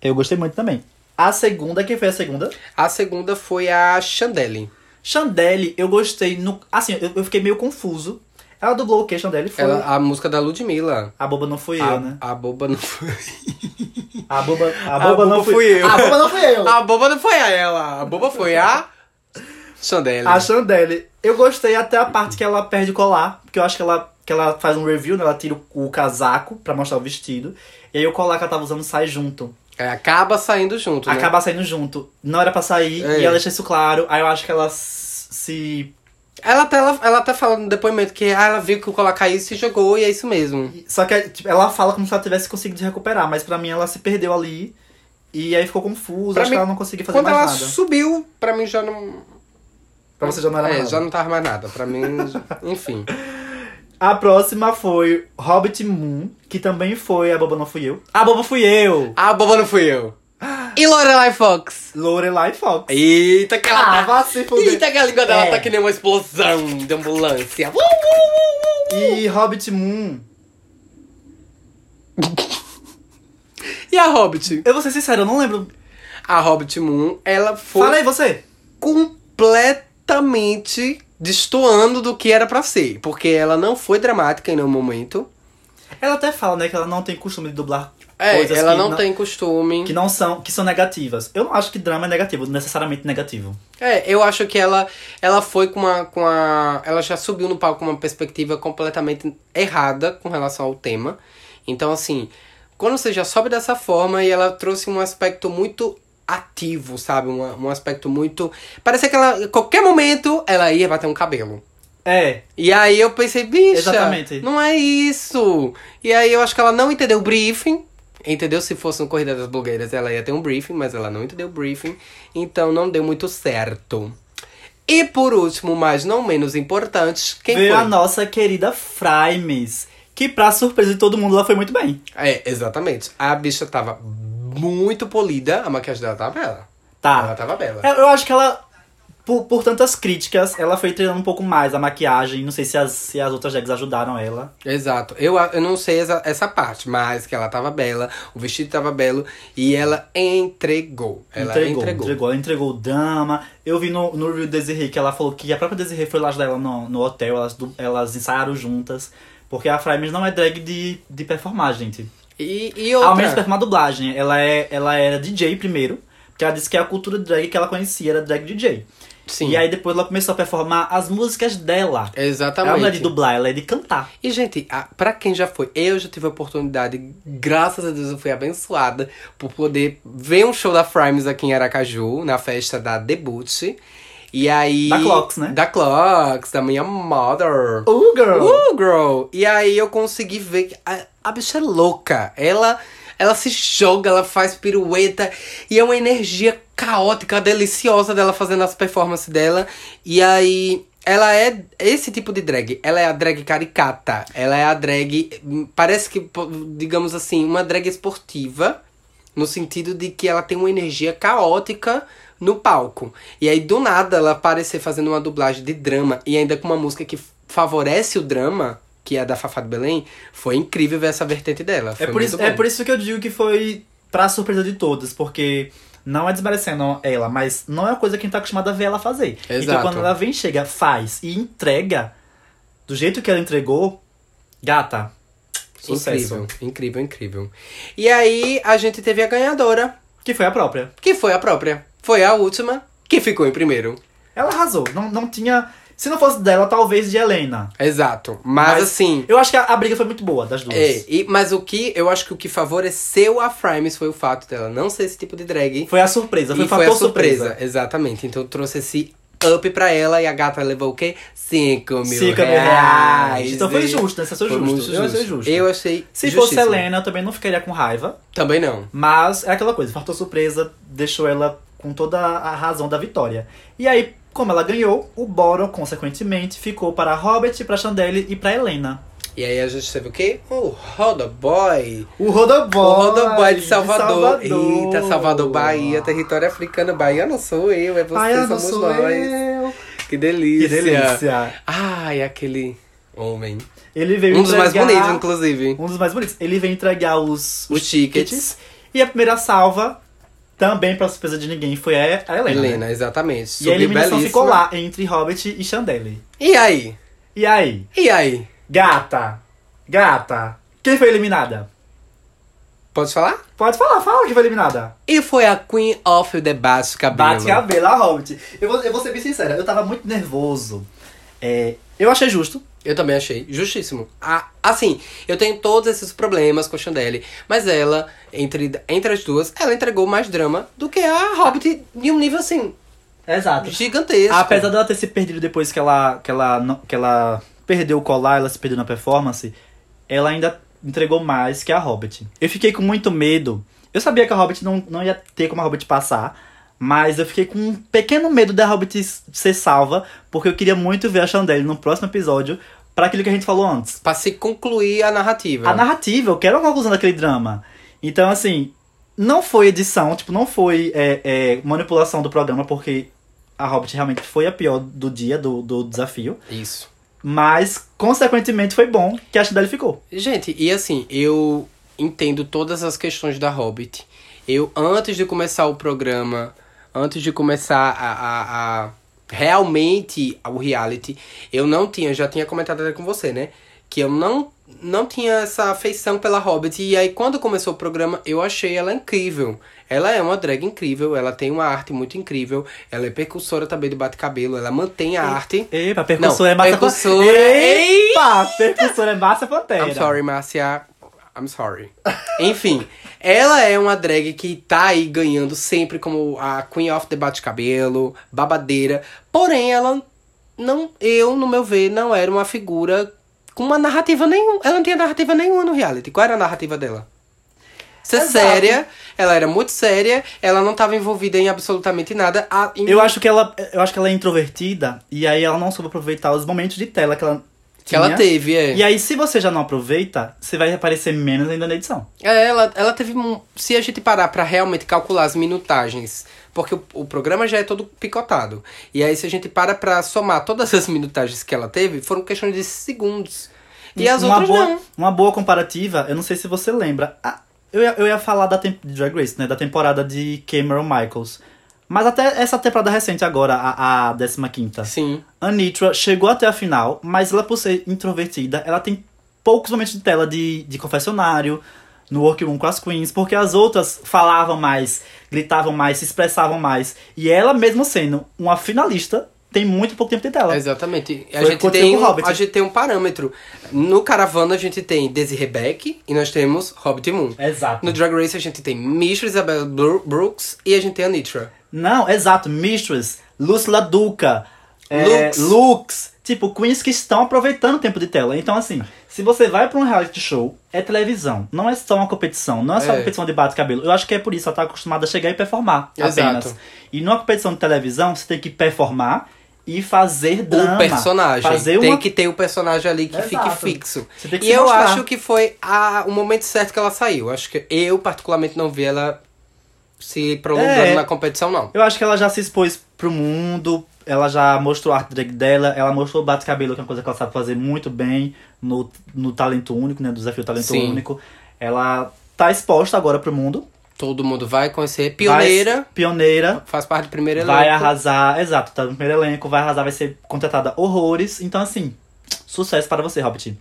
Eu gostei muito também. A segunda, quem foi a segunda?
A segunda foi a Chandelle.
Chandelle, eu gostei no. Assim, eu, eu fiquei meio confuso. Ela dublou o que, Chandelle? Foi.
Ela- a música da Ludmilla.
A boba não fui
a,
eu, né?
a boba não foi.
A boba, a
A
boba,
boba
não fui,
fui eu.
A boba não fui eu.
A boba não foi a ela. A boba foi a. Chandelle.
A Chandelle, eu gostei até a parte que ela perde o colar, porque eu acho que ela, que ela faz um review, né? Ela tira o, o casaco pra mostrar o vestido, e aí o colar que ela tava usando sai junto.
É, acaba saindo junto. né?
acaba saindo junto. Não era pra sair,
É.
e ela deixa isso claro. Aí eu acho que ela s- se.
Ela, até, ela, ela até fala no depoimento que ah, ela viu que o colar caiu e se jogou, e é isso mesmo.
Só que tipo, ela fala como se ela tivesse conseguido se recuperar, mas pra mim ela se perdeu ali. E aí ficou confusa,
Pra
acho
mim,
que ela não conseguia fazer
Quando
mais
ela
nada.
subiu, pra mim já não.
Pra você já não era
é,
mais
já
nada.
não tava mais nada. Pra mim, enfim.
A próxima foi Hobbit Moon, que também foi A Boba Não Fui Eu. A Boba Fui Eu!
Ah, A boba não fui eu. E Lorelai Fox.
Lorelai Fox.
Eita, que ela
Ah,
tava.
vá se fuder.
Eita, que a língua dela
É.
tá que nem uma explosão de ambulância. Uh, uh, uh, uh.
E Hobbit Moon.
E a Hobbit?
Eu vou ser sincero, eu não lembro.
A Hobbit Moon, ela foi
Fala aí, você.
completamente destoando do que era pra ser. Porque ela não foi dramática em nenhum momento.
Ela até fala, né, que ela não tem costume de dublar
É,
coisas
ela
que
não, tem costume.
que não são, que são negativas. Eu não acho que drama é negativo, necessariamente negativo.
É, eu acho que ela, ela foi com uma, com a. Ela já subiu no palco com uma perspectiva completamente errada com relação ao tema. Então, assim, quando você já sobe dessa forma e ela trouxe um aspecto muito ativo, sabe? Uma- um aspecto muito. Parecia que ela, a qualquer momento, ela ia bater um cabelo.
É,
E aí eu pensei, bicha,
Exatamente.
não é isso. E aí eu acho que ela não entendeu o briefing. Entendeu? Se fosse uma corrida das blogueiras, ela ia ter um briefing, mas ela não entendeu o briefing. Então não deu muito certo. E por último, mas não menos importante, quem
veio a
foi?
nossa querida Frimes, que pra surpresa de todo mundo, ela foi muito bem.
É, exatamente. A bicha tava muito polida, a maquiagem dela tava bela. Ela
Tá.
tava bela.
Eu eu acho que ela, por, por tantas críticas, ela foi treinando um pouco mais a maquiagem. Não sei se as, se as outras drags ajudaram ela.
Exato. Eu, a- eu não sei essa, essa parte, mas que ela tava bela, o vestido tava belo e ela entregou. Ela
entregou,
entregou.
Ela entregou o drama. Eu vi no, no review da Desiree que ela falou que a própria Desiree foi lá ajudar ela no, no hotel. Elas, du- elas ensaiaram juntas. Porque a Frimes não é drag de, de performar, gente.
E, e
Ao menos
outra.
performar dublagem. Ela, é, ela era DJ primeiro, porque ela disse que a cultura drag que ela conhecia era drag DJ.
Sim.
E aí depois ela começou a performar as músicas dela. Ela não é de
Exatamente.
dublar, ela é de cantar.
E, gente, a, pra quem já foi, eu já tive a oportunidade, graças a Deus eu fui abençoada, por poder ver um show da Frimes aqui em Aracaju, na festa da Debut. E aí.
Da Clocks, né?
Da Clocks, da minha mother.
Oh, girl!
Uh, girl! E aí eu consegui ver que a, a bicha é louca. Ela, ela se joga, ela faz pirueta. E é uma energia caótica, deliciosa dela fazendo as performances dela. E aí. Ela é esse tipo de drag. Ela é a drag caricata. Ela é a drag. hum, Parece que, po- digamos assim, uma drag esportiva. No sentido de que ela tem uma energia caótica no palco. E aí, do nada, ela aparecer fazendo uma dublagem de drama e ainda com uma música que favorece o drama, que é a da Fafá de Belém, foi incrível ver essa vertente dela.
É
Foi
por, isso,
muito
é
bom.
por isso que eu digo que foi pra surpresa de todos, porque não é desmerecendo ela, mas não é uma coisa que a gente tá acostumado a ver ela fazer. Então
Exato.
quando ela vem, chega, faz e entrega, do jeito que ela entregou, gata, sucesso.
Incrível, incrível, incrível. E aí, a gente teve a ganhadora,
Que foi a própria.
que foi a própria. Foi a última, que ficou em primeiro.
Ela arrasou, não, não tinha... Se não fosse dela, talvez de Helena.
Exato. Mas,
Mas-
assim.
Eu acho que a, a briga foi muito boa das duas.
É, e- mas o que eu acho que o que favoreceu a Frimes foi o fato dela não ser esse tipo de drag.
Foi a surpresa, foi
e
o fator
foi a
surpresa.
surpresa. Exatamente. Então trouxe esse up pra ela e a gata levou o quê? 5 mil
Cinco mil reais.
reais.
Então foi
E-
justo, né? Isso foi
muito
justo. Eu achei justo.
Eu achei
Se fosse
justíssimo.
Helena, eu também não ficaria com raiva.
Também não.
Mas é aquela coisa, fator surpresa deixou ela com toda a razão da vitória. E aí, como ela ganhou, o Boro, consequentemente, ficou para Robert, para Chandelle e para Helena.
E aí a gente teve o quê? O Roda Boy.
O Rodoboy!
o Roda Boy de Salvador.
de Salvador.
Eita, Salvador, Bahia, território africano. Bahia não sou eu, é você,
Ai, eu não
somos
sou
nós.
eu.
Que delícia.
Que delícia.
Ai, aquele homem.
Ele é veio
Um dos mais
entregar-
bonitos, inclusive.
Um dos mais bonitos. Ele veio entregar os,
Os tickets.
E a primeira salva, também para surpresa de ninguém, foi a, a Helena. né?
Helena, exatamente.
E a
Subiu
eliminação
belíssima.
ficou lá, entre Robert e Chandelle.
E aí?
E aí?
E aí?
Gata! Gata! Quem foi eliminada?
Pode falar?
Pode falar, fala que foi eliminada.
E foi a Queen of the Bate Cabelo.
Bate cabelo, a Hobbit. Eu vou, eu vou ser bem sincera, eu tava muito nervoso. É, eu achei justo.
Eu também achei justíssimo. A- assim, eu tenho todos esses problemas com a Chandelle, mas ela, entre, entre as duas, ela entregou mais drama do que a Hobbit em um nível assim,
Exato.
gigantesco.
Apesar dela ter se perdido depois que ela, que ela, não- que ela perdeu o colar, ela se perdeu na performance, ela ainda entregou mais que a Hobbit. Eu fiquei com muito medo. Eu sabia que a Hobbit não, não ia ter como a Hobbit passar, mas eu fiquei com um pequeno medo da Hobbit s- ser salva, porque eu queria muito ver a Chandelle no próximo episódio para aquilo que a gente falou antes.
Pra se concluir a narrativa.
A narrativa, eu quero uma conclusão daquele drama. Então, assim, não foi edição, tipo, não foi é, é, manipulação do programa, porque a Hobbit realmente foi a pior do dia, do, do desafio.
Isso.
Mas, consequentemente, foi bom que a Chandelle ficou.
Gente, e assim, eu entendo todas as questões da Hobbit. Eu, antes de começar o programa, antes de começar a, a, a realmente o reality, eu não tinha, já tinha comentado até com você, né? Que eu não, não tinha essa afeição pela Hobbit. E aí, quando começou o programa, eu achei ela incrível. Ela é uma drag incrível, ela tem uma arte muito incrível, ela é percussora também de bate-cabelo, ela mantém a arte.
Epa, percussora é massa
percussora-
é- Epa, percussora é massa fanteira.
I'm sorry, Márcia. I'm sorry. Enfim, ela é uma drag que tá aí ganhando sempre como a Queen of the Bate-Cabelo, babadeira. Porém, ela não. Eu, no meu ver, não era uma figura com uma narrativa nenhuma. Ela não tinha narrativa nenhuma no reality. Qual era a narrativa dela? Ser
Exato.
séria, ela era muito séria, ela não tava envolvida em absolutamente nada. A, em-
Eu acho que ela, eu acho que ela é introvertida e aí ela não soube aproveitar os momentos de tela que ela
que ela
tinha.
teve, é.
E aí, se você já não aproveita, você vai aparecer menos ainda na edição.
É, Ela, ela teve. um- Se a gente parar pra realmente calcular as minutagens, porque o, o programa já é todo picotado. E aí, se a gente para pra somar todas as minutagens que ela teve, foram questões de segundos. E as outras
boa,
não.
Uma boa comparativa, eu não sei se você lembra. Ah, eu, ia, eu ia falar da tem- de Drag Race, né? Da temporada de Cameron Michaels. Mas até essa temporada recente agora, a, a 15ª.
Sim.
A Nitra chegou até a final, mas ela por ser introvertida, ela tem poucos momentos de tela de, de confessionário, no workroom com as queens, porque as outras falavam mais, gritavam mais, se expressavam mais. E ela, mesmo sendo uma finalista, tem muito pouco tempo de tela.
Exatamente. A
Foi o
gente,
que
tem
aconteceu com o
um,
Hobbit.
a gente tem um parâmetro. No Caravana, a gente tem Desi Rebeck e nós temos Hobbit Moon.
Exato.
No Drag Race, a gente tem Mishra Isabel Bru- Brooks e a gente tem a Nitra.
Não, exato. Mistress, Lucila Duca, é,
Lux.
Lux. Tipo, queens que estão aproveitando o tempo de tela. Então, assim, se você vai pra um reality show, é televisão. Não é só uma competição. Não é só
É.
uma competição de bate-cabelo. Eu acho que é por isso. Ela tá acostumada a chegar e performar
Exato.
apenas. E numa competição de televisão, você tem que performar e fazer drama.
o personagem.
Fazer
tem
uma...
que ter o personagem ali que
Exato.
fique fixo.
Você tem que
E
se
eu
mostrar.
acho que foi a- o momento certo que ela saiu. Acho que eu, particularmente, não vi ela se prolongando
É.
na competição, não.
Eu acho que ela já se expôs pro mundo, ela já mostrou a arte drag dela, ela mostrou o bate-cabelo, que é uma coisa que ela sabe fazer muito bem no, no Talento Único, né? Do Desafio Talento
Sim.
Único. Ela tá exposta agora pro mundo.
Todo mundo vai conhecer.
vai-
Pioneira,
pioneira.
faz parte do primeiro elenco.
Vai arrasar, exato, tá no primeiro elenco, vai arrasar, vai ser contratada horrores. Então, assim, sucesso para você, Hobbit.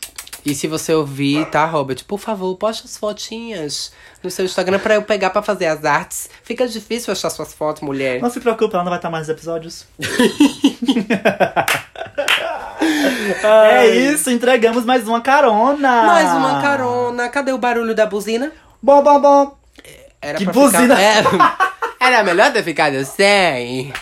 E se você ouvir, tá, Robert? Por favor, poste as fotinhas no seu Instagram pra eu pegar pra fazer as artes. Fica difícil achar suas fotos, mulher.
Não se preocupe, ela não vai estar mais nos episódios. é isso, entregamos mais uma carona.
Mais uma carona. Cadê o barulho da buzina?
Bom, bom, bom.
Era
Que
pra
buzina!
Ficar... É, era melhor ter ficado sem.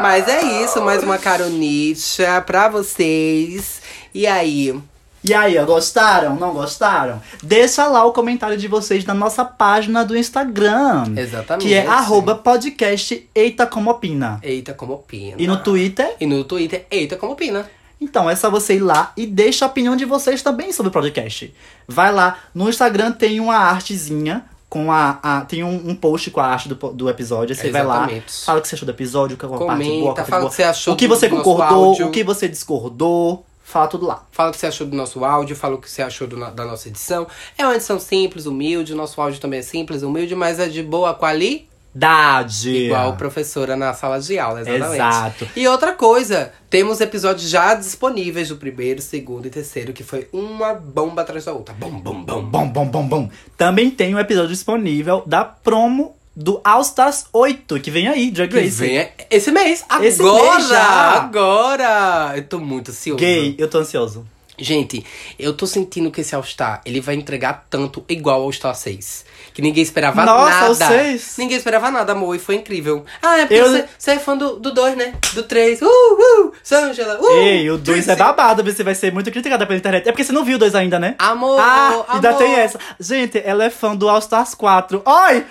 Mas é isso, mais uma caronicha pra vocês. E aí?
E aí, ó, gostaram? Não gostaram? Deixa lá o comentário de vocês na nossa página do Instagram.
Exatamente.
Que é arroba podcast Eita Como Opina.
Eita, como opina.
E no Twitter,
E no Twitter, eita, como opina.
então é só você ir lá e deixa a opinião de vocês também sobre o podcast. Vai lá, no Instagram tem uma artezinha com a. a- tem um, um post com a arte do, po- do episódio. Aí Você vai lá,
Exatamente.
fala o que você achou do episódio, qual a parte boa,
Comenta,
qual a parte
fala o
boa.
que você achou
o que
do
você
nosso
concordou,
áudio.
o que você discordou, fala tudo lá.
Fala o que você achou do nosso áudio, fala o que você achou do no- da nossa edição. É uma edição simples, humilde. O nosso áudio também é simples, humilde, mas é de boa qualidade.
Dade.
Igual professora na sala de aula, exatamente.
Exato.
E outra coisa, temos episódios já disponíveis do primeiro, segundo e terceiro, que foi uma bomba atrás da outra. Bom, bom, bom, bom.
Bom, bom, bom, bom. Também tem um episódio disponível da promo do All Stars 8, que vem aí, Drag
Que
Race.
vem é esse mês, agora!
Esse mês já!
Agora! Eu tô muito ansioso.
Gay, eu tô ansioso.
Gente, eu tô sentindo que esse All Star, ele vai entregar tanto igual ao Star 6. Que ninguém esperava
Nossa,
nada.
o 6?
Ninguém esperava nada, amor, e foi incrível. Ah, é porque
Eu-
você, você é fã do 2, né? Do 3. Uh, uh! Sângela, uh!
Ei, o 2 é
Trixie.
babado, você vai ser muito criticada pela internet. É porque você não viu o 2 ainda, né?
Amor,
ah, ainda
amor.
tem essa. Gente, ela é fã do All Stars 4. Oi!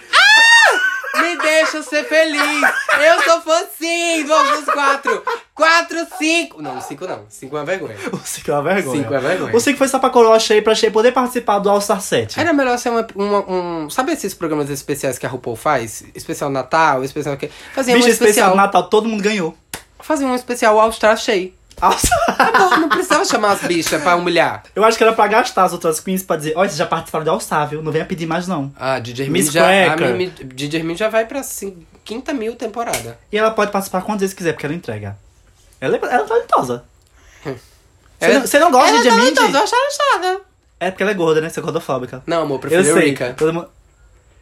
Me deixa ser feliz. Eu sou fã sim do Alguns Quatro. quatro, cinco. Não, cinco não. Cinco é uma vergonha.
O 5 é uma vergonha.
Cinco é vergonha.
O 5 foi só pra coroa achei, pra achei poder participar do All Star 7.
Era assim, melhor ser uma, uma- um. Sabe esses programas especiais que a RuPaul faz? Especial Natal, especial. que- Fazia
Bicho,
um
especial
especial.
do Natal, todo mundo ganhou.
Fazia um especial All Star Shea.
All Star-
Acabou, não precisava chamar as bichas pra humilhar.
Eu acho que era pra gastar as outras queens pra dizer, olha, vocês já participaram de All Star, viu? Não venha pedir mais, não.
Ah, DJ Hermine
Miss
já. a
Cracker.
Mimi- DJ Hermine já vai pra cin- quinta mil temporada.
E ela pode participar quantas vezes quiser, porque ela entrega. Ela é, ela é talentosa. Você
Ela-
não, você não gosta
Ela
de
tá
Jamie?
talentosa, eu acho ela chata.
É porque ela é gorda, né? Você é gordofóbica.
Não, amor, eu
Eu
prefiro
sei.
Eureka.
Todo mundo...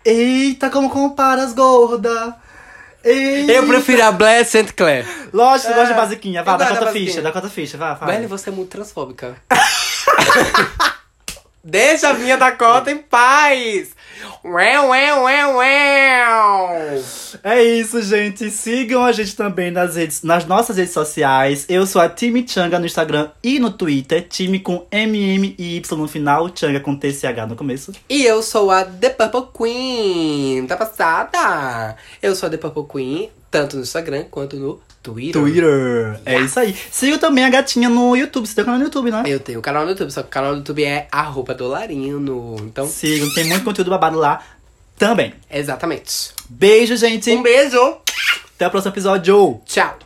Eita, como compara as gordas. Eita.
Eu prefiro a Blair St. Clair.
Lógico,
É.
eu gosto de basiquinha. Vá,
Eu
dá
gosto da
conta
basiquinha.
ficha, dá conta ficha. Vá, fala.
Belly, você é muito transfóbica. Deixa a minha Dakota em paz! Ué, ué, ué, ué!
É isso, gente. Sigam a gente também nas, redes, nas nossas redes sociais. Eu sou a Time Changa no Instagram e no Twitter. Time com MM e Y no final. Changa com TCH no começo.
E eu sou a The Purple Queen, tá passada? Eu sou a The Purple Queen, tanto no Instagram quanto no Twitter.
Twitter. É isso aí. Sigam também a gatinha no YouTube. Você tem canal no YouTube, né?
Eu tenho o canal no YouTube, só que o canal no YouTube é arroba dolarino. Então,
Sigam, tem muito conteúdo babado lá também.
exatamente.
Beijo, gente.
Um beijo,
Até o próximo episódio.
tchau!